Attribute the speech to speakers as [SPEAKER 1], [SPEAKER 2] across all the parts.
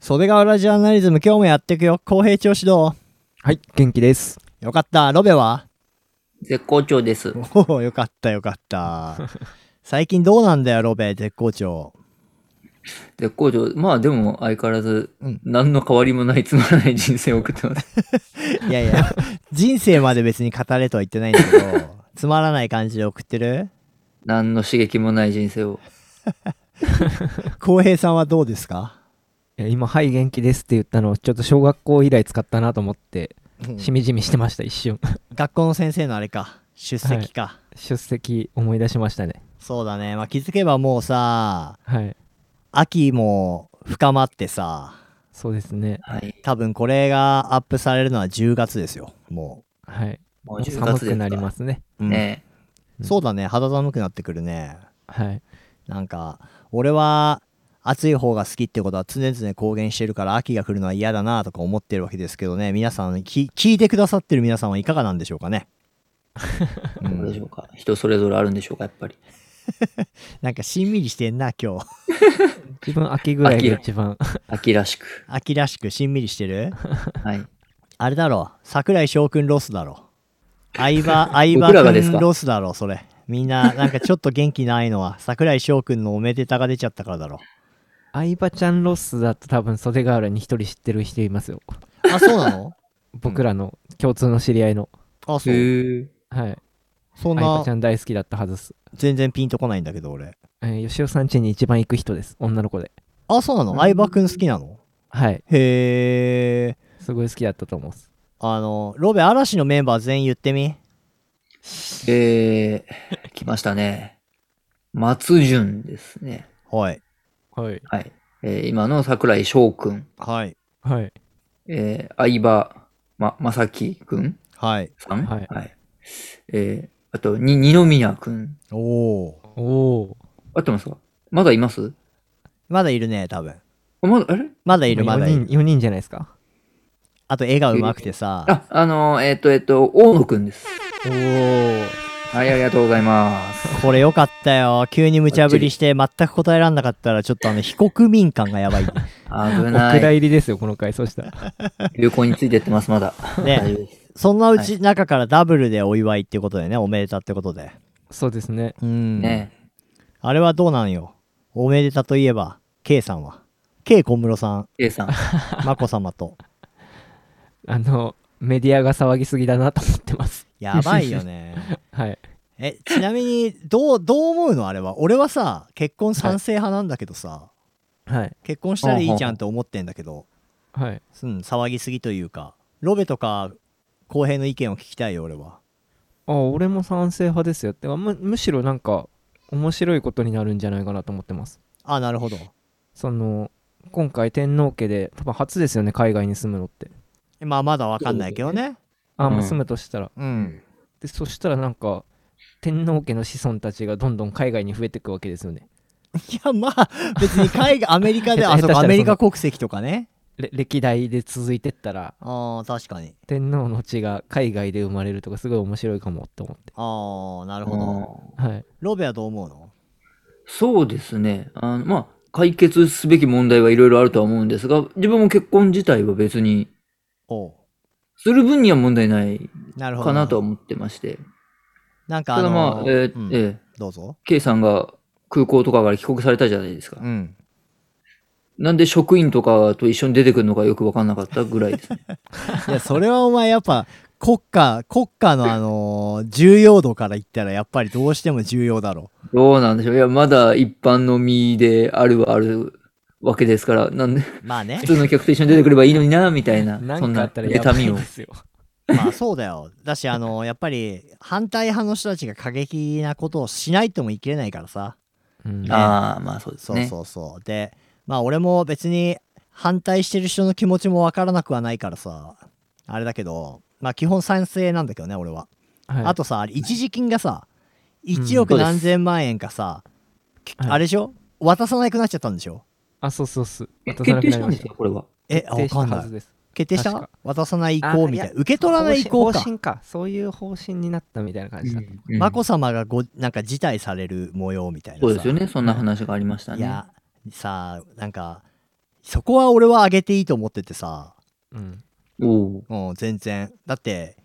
[SPEAKER 1] 袖ヶ浦ジャーナリズム今日もやっていくよ。公平調子ど
[SPEAKER 2] はい、元気です。
[SPEAKER 1] うよかった。ロベは
[SPEAKER 3] 絶好調です。
[SPEAKER 1] おお、よかったよかった。最近どうなんだよ、ロベ、絶好調。
[SPEAKER 3] 絶好調。まあでも相変わらず
[SPEAKER 1] うん、
[SPEAKER 3] 何の変わりもないつまらない人生を送ってます。
[SPEAKER 1] いやいや、人生まで別に語れとは言ってないんだけど、つまらない感じで送ってる
[SPEAKER 3] 何の刺激もない人生を。
[SPEAKER 1] 浩平さんはどうですか、
[SPEAKER 2] いや今、はい、元気ですって言ったのを、ちょっと小学校以来使ったなと思って、しみじみしてました、一瞬。
[SPEAKER 1] 学校の先生のあれか、出席か。
[SPEAKER 2] 出席思い出しましたね。
[SPEAKER 1] そうだね。まあ、気づけばもうさ、
[SPEAKER 2] はい、
[SPEAKER 1] 秋も深まってさ、
[SPEAKER 2] そうですね。
[SPEAKER 3] はい。
[SPEAKER 1] 多分これがアップされるのは10月ですよ、も
[SPEAKER 2] はい。
[SPEAKER 3] もう10
[SPEAKER 2] 寒
[SPEAKER 3] 月で
[SPEAKER 2] く
[SPEAKER 3] す
[SPEAKER 2] なり
[SPEAKER 3] か
[SPEAKER 2] ますね。
[SPEAKER 1] う。うん
[SPEAKER 3] ね
[SPEAKER 1] そうだね、肌寒くなってくるね。
[SPEAKER 2] はい。
[SPEAKER 1] なんか、俺は暑い方が好きってことは常々公言してるから秋が来るのは嫌だなとか思ってるわけですけどね、皆さん、き聞いてくださってる皆さんはいかがなんでしょうか ね。
[SPEAKER 3] え。どうでしょうか。人それぞれあるんでしょうか、やっ ぱり。
[SPEAKER 1] なんかしんみりしてんな、今日。
[SPEAKER 2] 自分、秋ぐらいが一番。
[SPEAKER 3] 秋らしく。
[SPEAKER 1] 秋らしくしんみりしてる
[SPEAKER 3] はい。
[SPEAKER 1] あれだろ、桜井翔くんロスだろ。相 葉、相
[SPEAKER 3] 僕ら
[SPEAKER 1] 葉
[SPEAKER 3] がです
[SPEAKER 1] くん
[SPEAKER 3] か
[SPEAKER 1] ロスだろ、それ。みんな、なんかちょっと元気ないのは、桜井翔くんのおめでたが出ちゃったからだろ。
[SPEAKER 2] 相葉ちゃんロスだと多分、袖ヶ浦に一人知ってる人いますよ。
[SPEAKER 1] あ、そうなの
[SPEAKER 2] 僕らの共通の知り合いの。
[SPEAKER 1] あ、そう。
[SPEAKER 3] へえ。
[SPEAKER 2] はい。
[SPEAKER 1] そん
[SPEAKER 2] 相葉
[SPEAKER 1] な
[SPEAKER 2] ちゃ、ん大好きだったはずです。
[SPEAKER 1] 全然ピンとこないんだけど、俺。
[SPEAKER 2] えー、吉尾さん家に一番行く人です。女の子で。
[SPEAKER 1] あ、そうなの相葉くん好きなの
[SPEAKER 2] はい。
[SPEAKER 1] へえ。
[SPEAKER 2] すごい好きだったと思うっす。
[SPEAKER 1] あの、ロベ、嵐のメンバー全員言ってみ。
[SPEAKER 3] えー、来ましたね。松潤ですね。
[SPEAKER 1] はい。
[SPEAKER 2] はい。
[SPEAKER 3] はい。えー今の桜井翔くん、
[SPEAKER 1] はい。
[SPEAKER 2] はい。
[SPEAKER 3] えー、相葉、ま、まさきくん
[SPEAKER 1] はい。
[SPEAKER 3] さん
[SPEAKER 2] はい
[SPEAKER 3] えー、あと、に、二宮くん。
[SPEAKER 1] おおー。
[SPEAKER 2] おお。
[SPEAKER 3] 合ってますかまだいます
[SPEAKER 1] まだいるね、多分。
[SPEAKER 3] あまだ、あれ
[SPEAKER 1] まだい
[SPEAKER 2] 4
[SPEAKER 1] る、まだいる。
[SPEAKER 2] 人、4人じゃないですか。
[SPEAKER 1] あと、絵が上手くてさ。
[SPEAKER 3] あ、あのーえっ、と、えっ、と、大野くんです。
[SPEAKER 1] おお。
[SPEAKER 3] はい、ありがとうございます。
[SPEAKER 1] これよかったよ急に無茶ぶりして全く答えらんなかったらちょっとあの非国民感がやばい
[SPEAKER 3] 危
[SPEAKER 2] お蔵
[SPEAKER 3] な
[SPEAKER 2] 入
[SPEAKER 3] い。
[SPEAKER 2] りですよ、この回、そうしたら。
[SPEAKER 3] 流行についてやってます、まだ。
[SPEAKER 1] ね
[SPEAKER 3] 大丈夫です。
[SPEAKER 1] そんなうち中からダブルでお祝いってことでねおめでたってことで
[SPEAKER 2] そうですね。
[SPEAKER 1] うん
[SPEAKER 3] ね
[SPEAKER 1] あれはどうなんよおめでたといえば K さんは K 小室さん
[SPEAKER 3] A さん。
[SPEAKER 1] 眞子さまと
[SPEAKER 2] あの、メディアが騒ぎすぎだなと思ってます。
[SPEAKER 1] やばいよね
[SPEAKER 2] はい。
[SPEAKER 1] えちなみにどうどう思うのあれは俺はさ結婚賛成派なんだけどさ、
[SPEAKER 2] はい。
[SPEAKER 1] 結婚したらいいじゃんと思ってんだけど、
[SPEAKER 2] はい。
[SPEAKER 1] うん、騒ぎすぎというかロベとか公平の意見を聞きたいよ俺は
[SPEAKER 2] あ、俺も賛成派ですよ。てかむ、むしろなんか、面白いことになるんじゃないかなと思ってます。
[SPEAKER 1] あなるほど
[SPEAKER 2] その、今回天皇家で、多分初ですよね、海外に住むのって。
[SPEAKER 1] まあまだわかんないけどね。
[SPEAKER 2] あ、
[SPEAKER 3] うん
[SPEAKER 2] もう住むとしたら。
[SPEAKER 1] うん。
[SPEAKER 2] で、そしたらなんか、天皇家の子孫たちがどんどん海外に増えていくわけですよね。
[SPEAKER 1] いやまあ別に海外アメリカで
[SPEAKER 2] 下
[SPEAKER 1] あ
[SPEAKER 2] 手
[SPEAKER 1] そこ
[SPEAKER 2] 下手したらそ
[SPEAKER 1] ア
[SPEAKER 2] の
[SPEAKER 1] メリカ国籍とかね。
[SPEAKER 2] れ歴代で続いてったら、
[SPEAKER 1] ああ確かに。
[SPEAKER 2] 天皇の血が海外で生まれるとか、すごい面白いかもって思って。
[SPEAKER 1] ああなる
[SPEAKER 3] あ
[SPEAKER 1] ほど。
[SPEAKER 3] ー
[SPEAKER 2] はい。
[SPEAKER 1] ロベはどう思うの？
[SPEAKER 3] そうですね。あの、まあ、解決すべき問題はいろいろあるとは思うんですが、自分も結婚自体は別に、
[SPEAKER 1] おう
[SPEAKER 3] する分には問題ない
[SPEAKER 1] なるほど。
[SPEAKER 3] かなとは。思ってまして。
[SPEAKER 1] なんかあ
[SPEAKER 3] ただまあ、
[SPEAKER 1] の
[SPEAKER 3] え
[SPEAKER 1] ー
[SPEAKER 3] ー
[SPEAKER 1] うん
[SPEAKER 3] えー
[SPEAKER 1] どうぞ。
[SPEAKER 3] K さんが空港とかから帰国されたじゃないですか。
[SPEAKER 1] ん。
[SPEAKER 3] なんで職員とかと一緒に出てくるのかよく分かんなかったぐらいですね。
[SPEAKER 1] いやそれはお前やっぱ国家国家のあのー重要度から言ったらやっぱりどうしても重要だろ
[SPEAKER 3] どうなんでしょういや、まだ一般の身であるはあるわけですから、なんで、
[SPEAKER 1] う。まあね
[SPEAKER 3] 普。通の客と一緒に出てくればいいのにな、み たいな、
[SPEAKER 2] な
[SPEAKER 3] そん
[SPEAKER 2] んかあ
[SPEAKER 3] な
[SPEAKER 2] ったらやば
[SPEAKER 3] 妬み
[SPEAKER 2] い
[SPEAKER 3] を
[SPEAKER 2] で。すよ。
[SPEAKER 1] まあそうだよ。だしあのーやっぱり反対派の人たちが過激なことをしないとも言い切れないからさ。
[SPEAKER 2] うん
[SPEAKER 3] ああ、まあそうです
[SPEAKER 1] そう
[SPEAKER 3] ね。
[SPEAKER 1] そうそう、でまあ俺も別に反対してる人の気持ちもわからなくはないからさあれだけどまあ基本賛成なんだけどね俺は、
[SPEAKER 2] はい
[SPEAKER 1] あとさあれ一時金がさ
[SPEAKER 2] うん
[SPEAKER 1] 1億
[SPEAKER 3] そうです
[SPEAKER 1] 何千万円かさ、
[SPEAKER 2] はい
[SPEAKER 1] あれでしょ渡さなくなっちゃったんでしょ
[SPEAKER 2] あ、そうそうそう。
[SPEAKER 3] え
[SPEAKER 2] 渡さ
[SPEAKER 3] 決
[SPEAKER 2] なく
[SPEAKER 3] 定
[SPEAKER 2] な
[SPEAKER 3] し
[SPEAKER 2] りまし
[SPEAKER 3] たんです
[SPEAKER 2] た
[SPEAKER 3] か。これは。
[SPEAKER 1] えあわかん
[SPEAKER 2] した
[SPEAKER 1] な
[SPEAKER 2] はず
[SPEAKER 1] い
[SPEAKER 2] です。
[SPEAKER 1] 決定し
[SPEAKER 2] 確
[SPEAKER 1] た
[SPEAKER 2] か
[SPEAKER 1] 渡さない意向みたいな受け取らない意向
[SPEAKER 2] 方
[SPEAKER 1] か
[SPEAKER 2] 針か。そういう方針になったみたいな感じだった。
[SPEAKER 3] うん
[SPEAKER 1] 眞子さまがごなんか辞退される模様みたいなさ
[SPEAKER 3] そうですよね。そんな話がありました
[SPEAKER 1] い
[SPEAKER 3] ね。
[SPEAKER 1] やさあなんかそこは俺は上げていいと思っててさ、
[SPEAKER 2] うん。
[SPEAKER 3] おう
[SPEAKER 1] うん、全然。だって、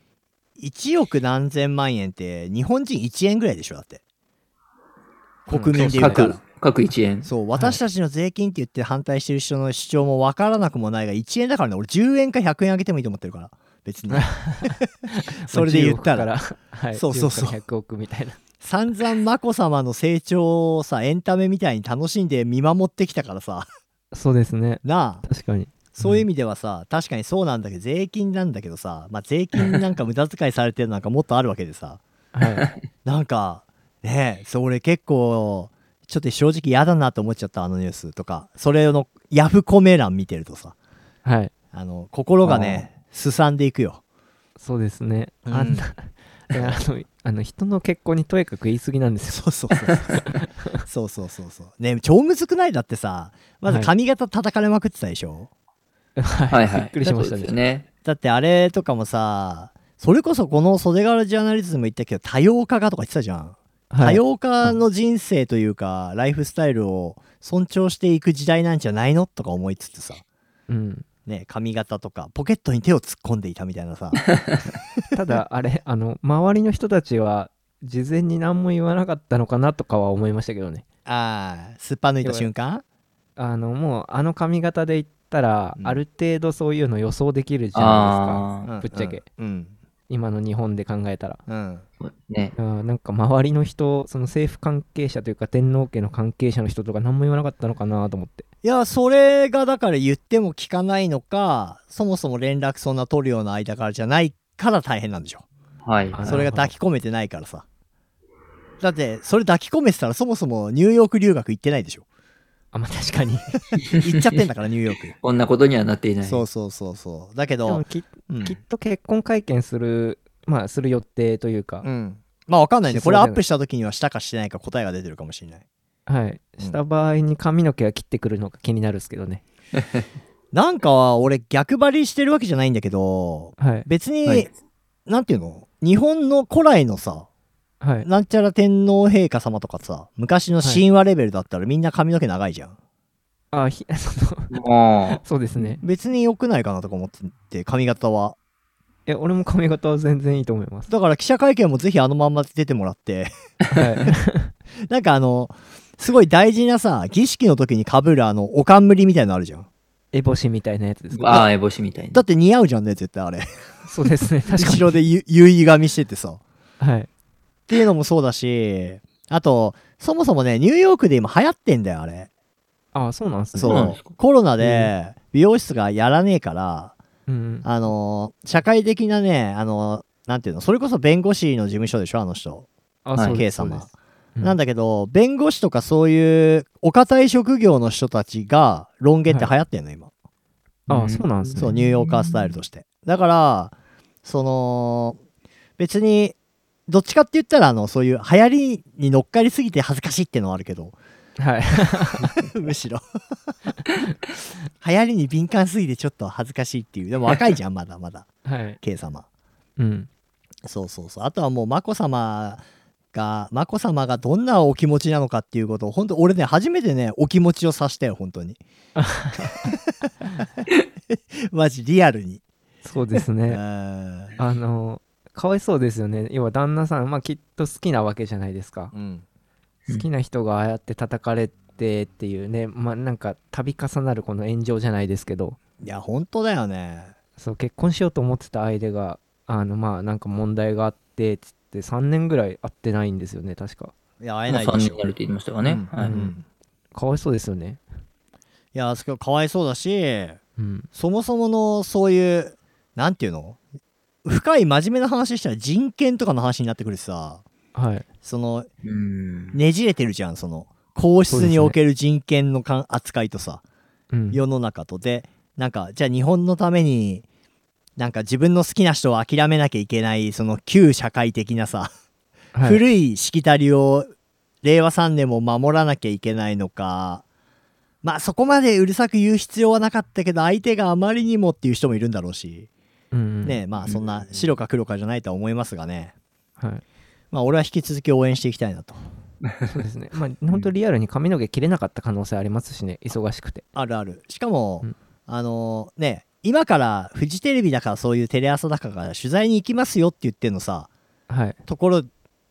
[SPEAKER 1] 1億何千万円って、日本人1円ぐらいでしょ、だって。国民で言ったら。
[SPEAKER 3] 各、各1円。
[SPEAKER 1] そう、私たちの税金って言って反対してる人の主張も分からなくもないが、1円だからね、俺10円か100円あげてもいいと思ってるから、別 に。それで言ったら、
[SPEAKER 2] 10億から、 はい、
[SPEAKER 1] そうそうそう
[SPEAKER 2] 10億から100億みたいな。
[SPEAKER 1] 散々眞子さまの成長をさ、エンタメみたいに楽しんで見守ってきたからさ、
[SPEAKER 2] そうですね。
[SPEAKER 1] なあ、
[SPEAKER 2] 確かに。
[SPEAKER 1] そういう意味ではさ、確かにそうなんだけど、税金なんだけどさ、まあ、税金なんか無駄遣いされてるなんかもっとあるわけでさ、
[SPEAKER 2] はい。
[SPEAKER 1] なんか、ねえ、それ結構、ちょっと正直嫌だなと思っちゃった、あのニュースとか、それのヤフコメ欄見てるとさ、
[SPEAKER 2] はい。
[SPEAKER 1] あの心がねすさんでいくよ
[SPEAKER 2] そうですね。
[SPEAKER 1] うん
[SPEAKER 2] あんな、いやあの、あの人の結婚にとやかく言い過ぎなんです よ。
[SPEAKER 1] そうそうそうそうそうそうそうそうね超むずくないだってさまず
[SPEAKER 2] はい
[SPEAKER 1] 髪型叩かれまくってたでしょ、
[SPEAKER 3] はいはい。
[SPEAKER 2] びっくりしましたね
[SPEAKER 3] そうですよね。
[SPEAKER 1] だってあれとかもさそれこそこの袖柄ジャーナリズム言ったけど多様化がとか言ってたじゃん、
[SPEAKER 2] は
[SPEAKER 1] 多
[SPEAKER 2] い。
[SPEAKER 1] 様化の人生というかライフスタイルを尊重していく時代なんじゃないのとか思いつつさ
[SPEAKER 2] うん。
[SPEAKER 1] ね髪型とかポケットに手を突っ込んでいたみたいな さ
[SPEAKER 2] ただ、あれ、 あの、周りの人たちは、事前に何も言わなかったのかなとかは思いましたけどね。
[SPEAKER 1] あーすっぱ抜いた瞬間
[SPEAKER 2] あの、もう、あの髪型で言ったら、
[SPEAKER 1] うん
[SPEAKER 2] ある程度そういうの予想できるじゃない
[SPEAKER 3] ああ
[SPEAKER 1] うん
[SPEAKER 2] ぶっちゃけ
[SPEAKER 1] うん
[SPEAKER 2] ですか。今の日本で考えたら。
[SPEAKER 1] うん、うん
[SPEAKER 3] ー。ね。
[SPEAKER 2] うんなんか周りの人、その政府関係者というか天皇家の関係者の人とか何も言わなかったのかなと思って。
[SPEAKER 1] いや、それがだから言っても聞かないのか、そもそも連絡そんな取るような間からじゃないから大変なんでしょ。
[SPEAKER 3] はい。
[SPEAKER 2] あ
[SPEAKER 1] それが抱き込めてないからさ。だって、それ抱き込めてたらそもそもニューヨーク留学行ってないでしょ。
[SPEAKER 2] あ、まあ確かに。
[SPEAKER 1] 行っちゃってんだ から、ニューヨー
[SPEAKER 3] こんなことにはなっていな
[SPEAKER 1] ク。
[SPEAKER 3] い。
[SPEAKER 1] そうそうそうそう。だけ
[SPEAKER 2] でも
[SPEAKER 1] ど、
[SPEAKER 2] き
[SPEAKER 1] うん
[SPEAKER 2] きっと結婚会見する、まあする予定というか
[SPEAKER 1] う、んまあわかんないね。
[SPEAKER 2] しそ
[SPEAKER 1] こ
[SPEAKER 2] う
[SPEAKER 1] れ
[SPEAKER 2] だ
[SPEAKER 1] ア
[SPEAKER 2] よね
[SPEAKER 1] ップした時にはしたかしてないか答えが出てるかもしれない。
[SPEAKER 2] はい。
[SPEAKER 1] うん
[SPEAKER 2] した場合に髪の毛が切ってくるのが気になるですけどね。
[SPEAKER 1] なんか、俺逆張りしてるわけじゃないんだけど、
[SPEAKER 2] はい。
[SPEAKER 1] 別に、
[SPEAKER 3] はい
[SPEAKER 1] なんていうの日本の古来のさ、
[SPEAKER 2] はい。
[SPEAKER 1] なんちゃら天皇陛下様とかさ昔の神話レベルだったらみんな髪の毛長いじゃん、
[SPEAKER 2] あ、ひ その
[SPEAKER 3] も
[SPEAKER 2] そうですね。
[SPEAKER 1] 別に良くないかなとか思ってて髪型は
[SPEAKER 2] え、俺も髪型は全然いいと思います。
[SPEAKER 1] だから記者会見もぜひあのまんま出てもらって
[SPEAKER 2] はい。
[SPEAKER 1] なんかあのすごい大事なさ儀式の時にかぶるあのおかんむりみたいなのあるじゃん
[SPEAKER 2] エボシみたいなやつです
[SPEAKER 3] う、
[SPEAKER 2] か
[SPEAKER 3] ああ、烏帽子みたい
[SPEAKER 1] だ
[SPEAKER 3] な。
[SPEAKER 1] って似合うじゃんね絶対あれ
[SPEAKER 2] そうですね。確か
[SPEAKER 1] 後
[SPEAKER 2] に。
[SPEAKER 1] ろでゆ結い髪しててさっ
[SPEAKER 2] はい。
[SPEAKER 1] ていうのもそうだしあとそもそもねニューヨークで今流行ってんだよあれ
[SPEAKER 2] あ、そうなんですね。
[SPEAKER 1] そう
[SPEAKER 3] なんですか
[SPEAKER 1] コロナで美容室がやらねえから、
[SPEAKER 2] うん。
[SPEAKER 1] あのー社会的なね、あのーなんていうの、それこそ弁護士の事務所でしょ、あの人、
[SPEAKER 2] あ、
[SPEAKER 3] はい
[SPEAKER 2] そうで
[SPEAKER 1] K
[SPEAKER 2] すそうで
[SPEAKER 1] 様
[SPEAKER 2] す。。うん
[SPEAKER 1] なんだけど、弁護士とかそういうお堅い職業の人たちが、ロン毛って流行ってんの、今。
[SPEAKER 2] あそうなんですね
[SPEAKER 1] そう、ニューヨーカースタイルとして。だから、その、別に、どっちかって言ったら、あの、そういう流行りに乗っかりすぎて恥ずかしいってのはあるけど、
[SPEAKER 2] はい。
[SPEAKER 1] むし ろ。流行りに敏感すぎてちょっと恥ずかしいっていう。でも若いじゃん、まだまだ、
[SPEAKER 2] はい。
[SPEAKER 1] K 様。
[SPEAKER 2] うん。
[SPEAKER 1] そうそうそうあとはもう眞子さまが眞子さまがどんなお気持ちなのかっていうことを本当俺ね初めてねお気持ちを察したよ本当にマジリアルに、
[SPEAKER 2] そうです
[SPEAKER 1] う
[SPEAKER 2] ね。
[SPEAKER 1] ん
[SPEAKER 2] あの、かわいそうですよね。要は旦那さん、まあきっと好きなわけじゃないですか。
[SPEAKER 1] うん
[SPEAKER 3] うん
[SPEAKER 2] 好きな人がああやって叩かれてっていうね、まあなんか度重なるこの炎上じゃないですけど、
[SPEAKER 1] いや本当だよね
[SPEAKER 2] そう結婚しようと思ってた相手が、あのまあなんか問題があってつって3年ぐらい会ってないんですよね、確か。
[SPEAKER 1] いや会えな
[SPEAKER 3] まあ
[SPEAKER 1] い
[SPEAKER 3] 3
[SPEAKER 1] でし
[SPEAKER 3] 人
[SPEAKER 1] ょ
[SPEAKER 3] になるって言いましたからね。
[SPEAKER 1] うんう
[SPEAKER 3] はい。
[SPEAKER 1] ん
[SPEAKER 2] かわいそうですよね。
[SPEAKER 1] いやすごいかわいそうだし
[SPEAKER 2] うん。
[SPEAKER 1] そもそものそういうなんていうの深い真面目な話したら人権とかの話になってくるしさ
[SPEAKER 2] はい。
[SPEAKER 1] その
[SPEAKER 3] うん。
[SPEAKER 1] ねじれてるじゃんその皇室における人権のかん扱いとさ
[SPEAKER 2] うん。
[SPEAKER 1] 世の中とでなんかじゃあ日本のためになんか自分の好きな人を諦めなきゃいけないその旧社会的なさ、
[SPEAKER 2] はい、
[SPEAKER 1] 古いしきたりを令和3年も守らなきゃいけないのかまあそこまでうるさく言う必要はなかったけど相手があまりにもっていう人もいるんだろうし、
[SPEAKER 2] うん、
[SPEAKER 1] ねえまあそんな白か黒かじゃないとは思いますがね
[SPEAKER 2] はい。
[SPEAKER 1] まあ俺は引き続き応援していきたいなと
[SPEAKER 2] そうですね。まあ、本当リアルに髪の毛切れなかった可能性ありますし ね、忙しくて。
[SPEAKER 1] あるある。しかも、
[SPEAKER 2] うん
[SPEAKER 1] あのね、今からフジテレビだからそういうテレ朝だから取材に行きますよって言ってんのさ、
[SPEAKER 2] はい。
[SPEAKER 1] ところ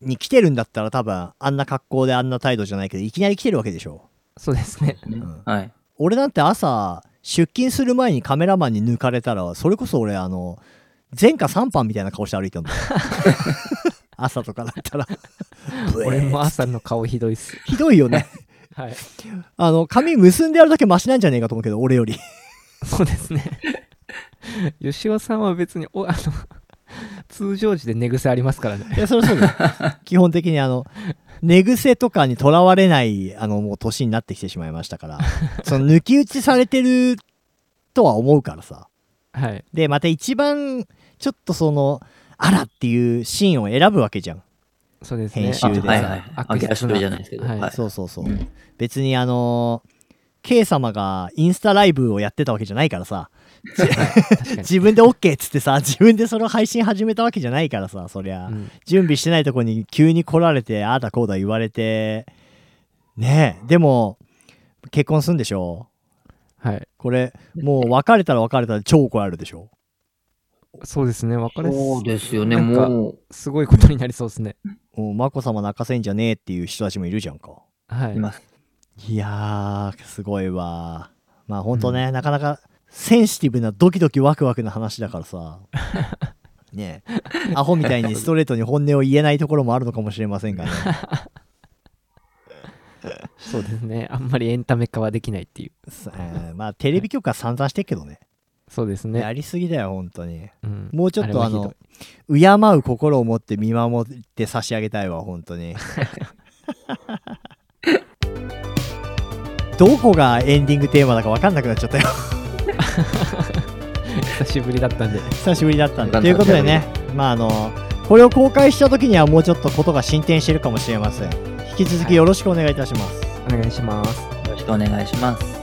[SPEAKER 1] に来てるんだったら多分あんな格好であんな態度じゃないけど、いきなり来てるわけでしょ。
[SPEAKER 2] そうですね。
[SPEAKER 3] ね
[SPEAKER 1] うん
[SPEAKER 3] はい。
[SPEAKER 1] 俺なんて朝、出勤する前にカメラマンに抜かれたら、それこそ俺あの、前科3班みたいな顔して歩いてんだよ 朝とかだったら。ブエー
[SPEAKER 2] 俺も朝の顔ひどいっす。
[SPEAKER 1] ひどいよね。
[SPEAKER 2] はい。
[SPEAKER 1] あの、髪結んでやるだけマシなんじゃねえかと思うけど、俺より。
[SPEAKER 2] そうですね。 吉尾さんは別に、おあの、通常時で寝癖ありますからね。
[SPEAKER 1] いや、それは そうだよ基本的にあの、寝癖とかにとらわれない、あの、もう年になってきてしまいましたから、その抜き打ちされてるとは思うからさ。
[SPEAKER 2] はい。
[SPEAKER 1] で、また一番、ちょっとその、あらっていうシーンを選ぶわけじゃん。
[SPEAKER 2] そうですね。
[SPEAKER 1] 編集
[SPEAKER 3] あ
[SPEAKER 1] で
[SPEAKER 3] はいはい。
[SPEAKER 2] 悪質な
[SPEAKER 3] 揚げ足取りじゃないですけど。
[SPEAKER 2] はい
[SPEAKER 3] はい
[SPEAKER 1] そうそうそう。
[SPEAKER 3] うん
[SPEAKER 1] 別にあの、K 様がインスタライブをやってたわけじゃないからさ、
[SPEAKER 2] 確かに。
[SPEAKER 1] 自分で OK っつってさ、自分でその配信始めたわけじゃないからさ、そりゃ。
[SPEAKER 2] うん
[SPEAKER 1] 準備してないとこに急に来られてああだこうだ言われてねえでも結婚するんでしょ
[SPEAKER 2] はい。
[SPEAKER 1] これもう別れたら別れたら超怒られるでしょ
[SPEAKER 2] そうですね。別れ
[SPEAKER 3] そうですよね、
[SPEAKER 2] なんか
[SPEAKER 3] も
[SPEAKER 2] すごいことになりそうですね。
[SPEAKER 1] もう眞子さま泣かせんじゃねえっていう人たちもいるじゃんか
[SPEAKER 2] は
[SPEAKER 3] う、
[SPEAKER 2] い
[SPEAKER 3] い。ます。
[SPEAKER 1] いやーすごいわまあほんとね、なかなかセンシティブなドキドキワクワクな話だからさねえアホみたいにストレートに本音を言えないところもあるのかもしれませんがね
[SPEAKER 2] そうですね。あんまりエンタメ化はできないっていう。
[SPEAKER 1] さえーまあテレビ局は散々してっけどね
[SPEAKER 2] そうです
[SPEAKER 1] や
[SPEAKER 2] ね。
[SPEAKER 1] りすぎだよ本当に
[SPEAKER 2] うん
[SPEAKER 1] もうちょっとあの
[SPEAKER 2] れはひ
[SPEAKER 1] 敬う心を持って見守って差し上げたいわ本当にどこがエンディングテーマだか分かんなくなっちゃったよ
[SPEAKER 2] どい久しぶりだったんで。
[SPEAKER 1] 久しぶりだったんでと
[SPEAKER 3] わかんないいう
[SPEAKER 1] ことでねまああのこれを公開した時にはもうちょっとことが進展してるかもしれません引き続きよろしくお願いいたします、
[SPEAKER 2] お願いします。
[SPEAKER 3] よろしくお願いします。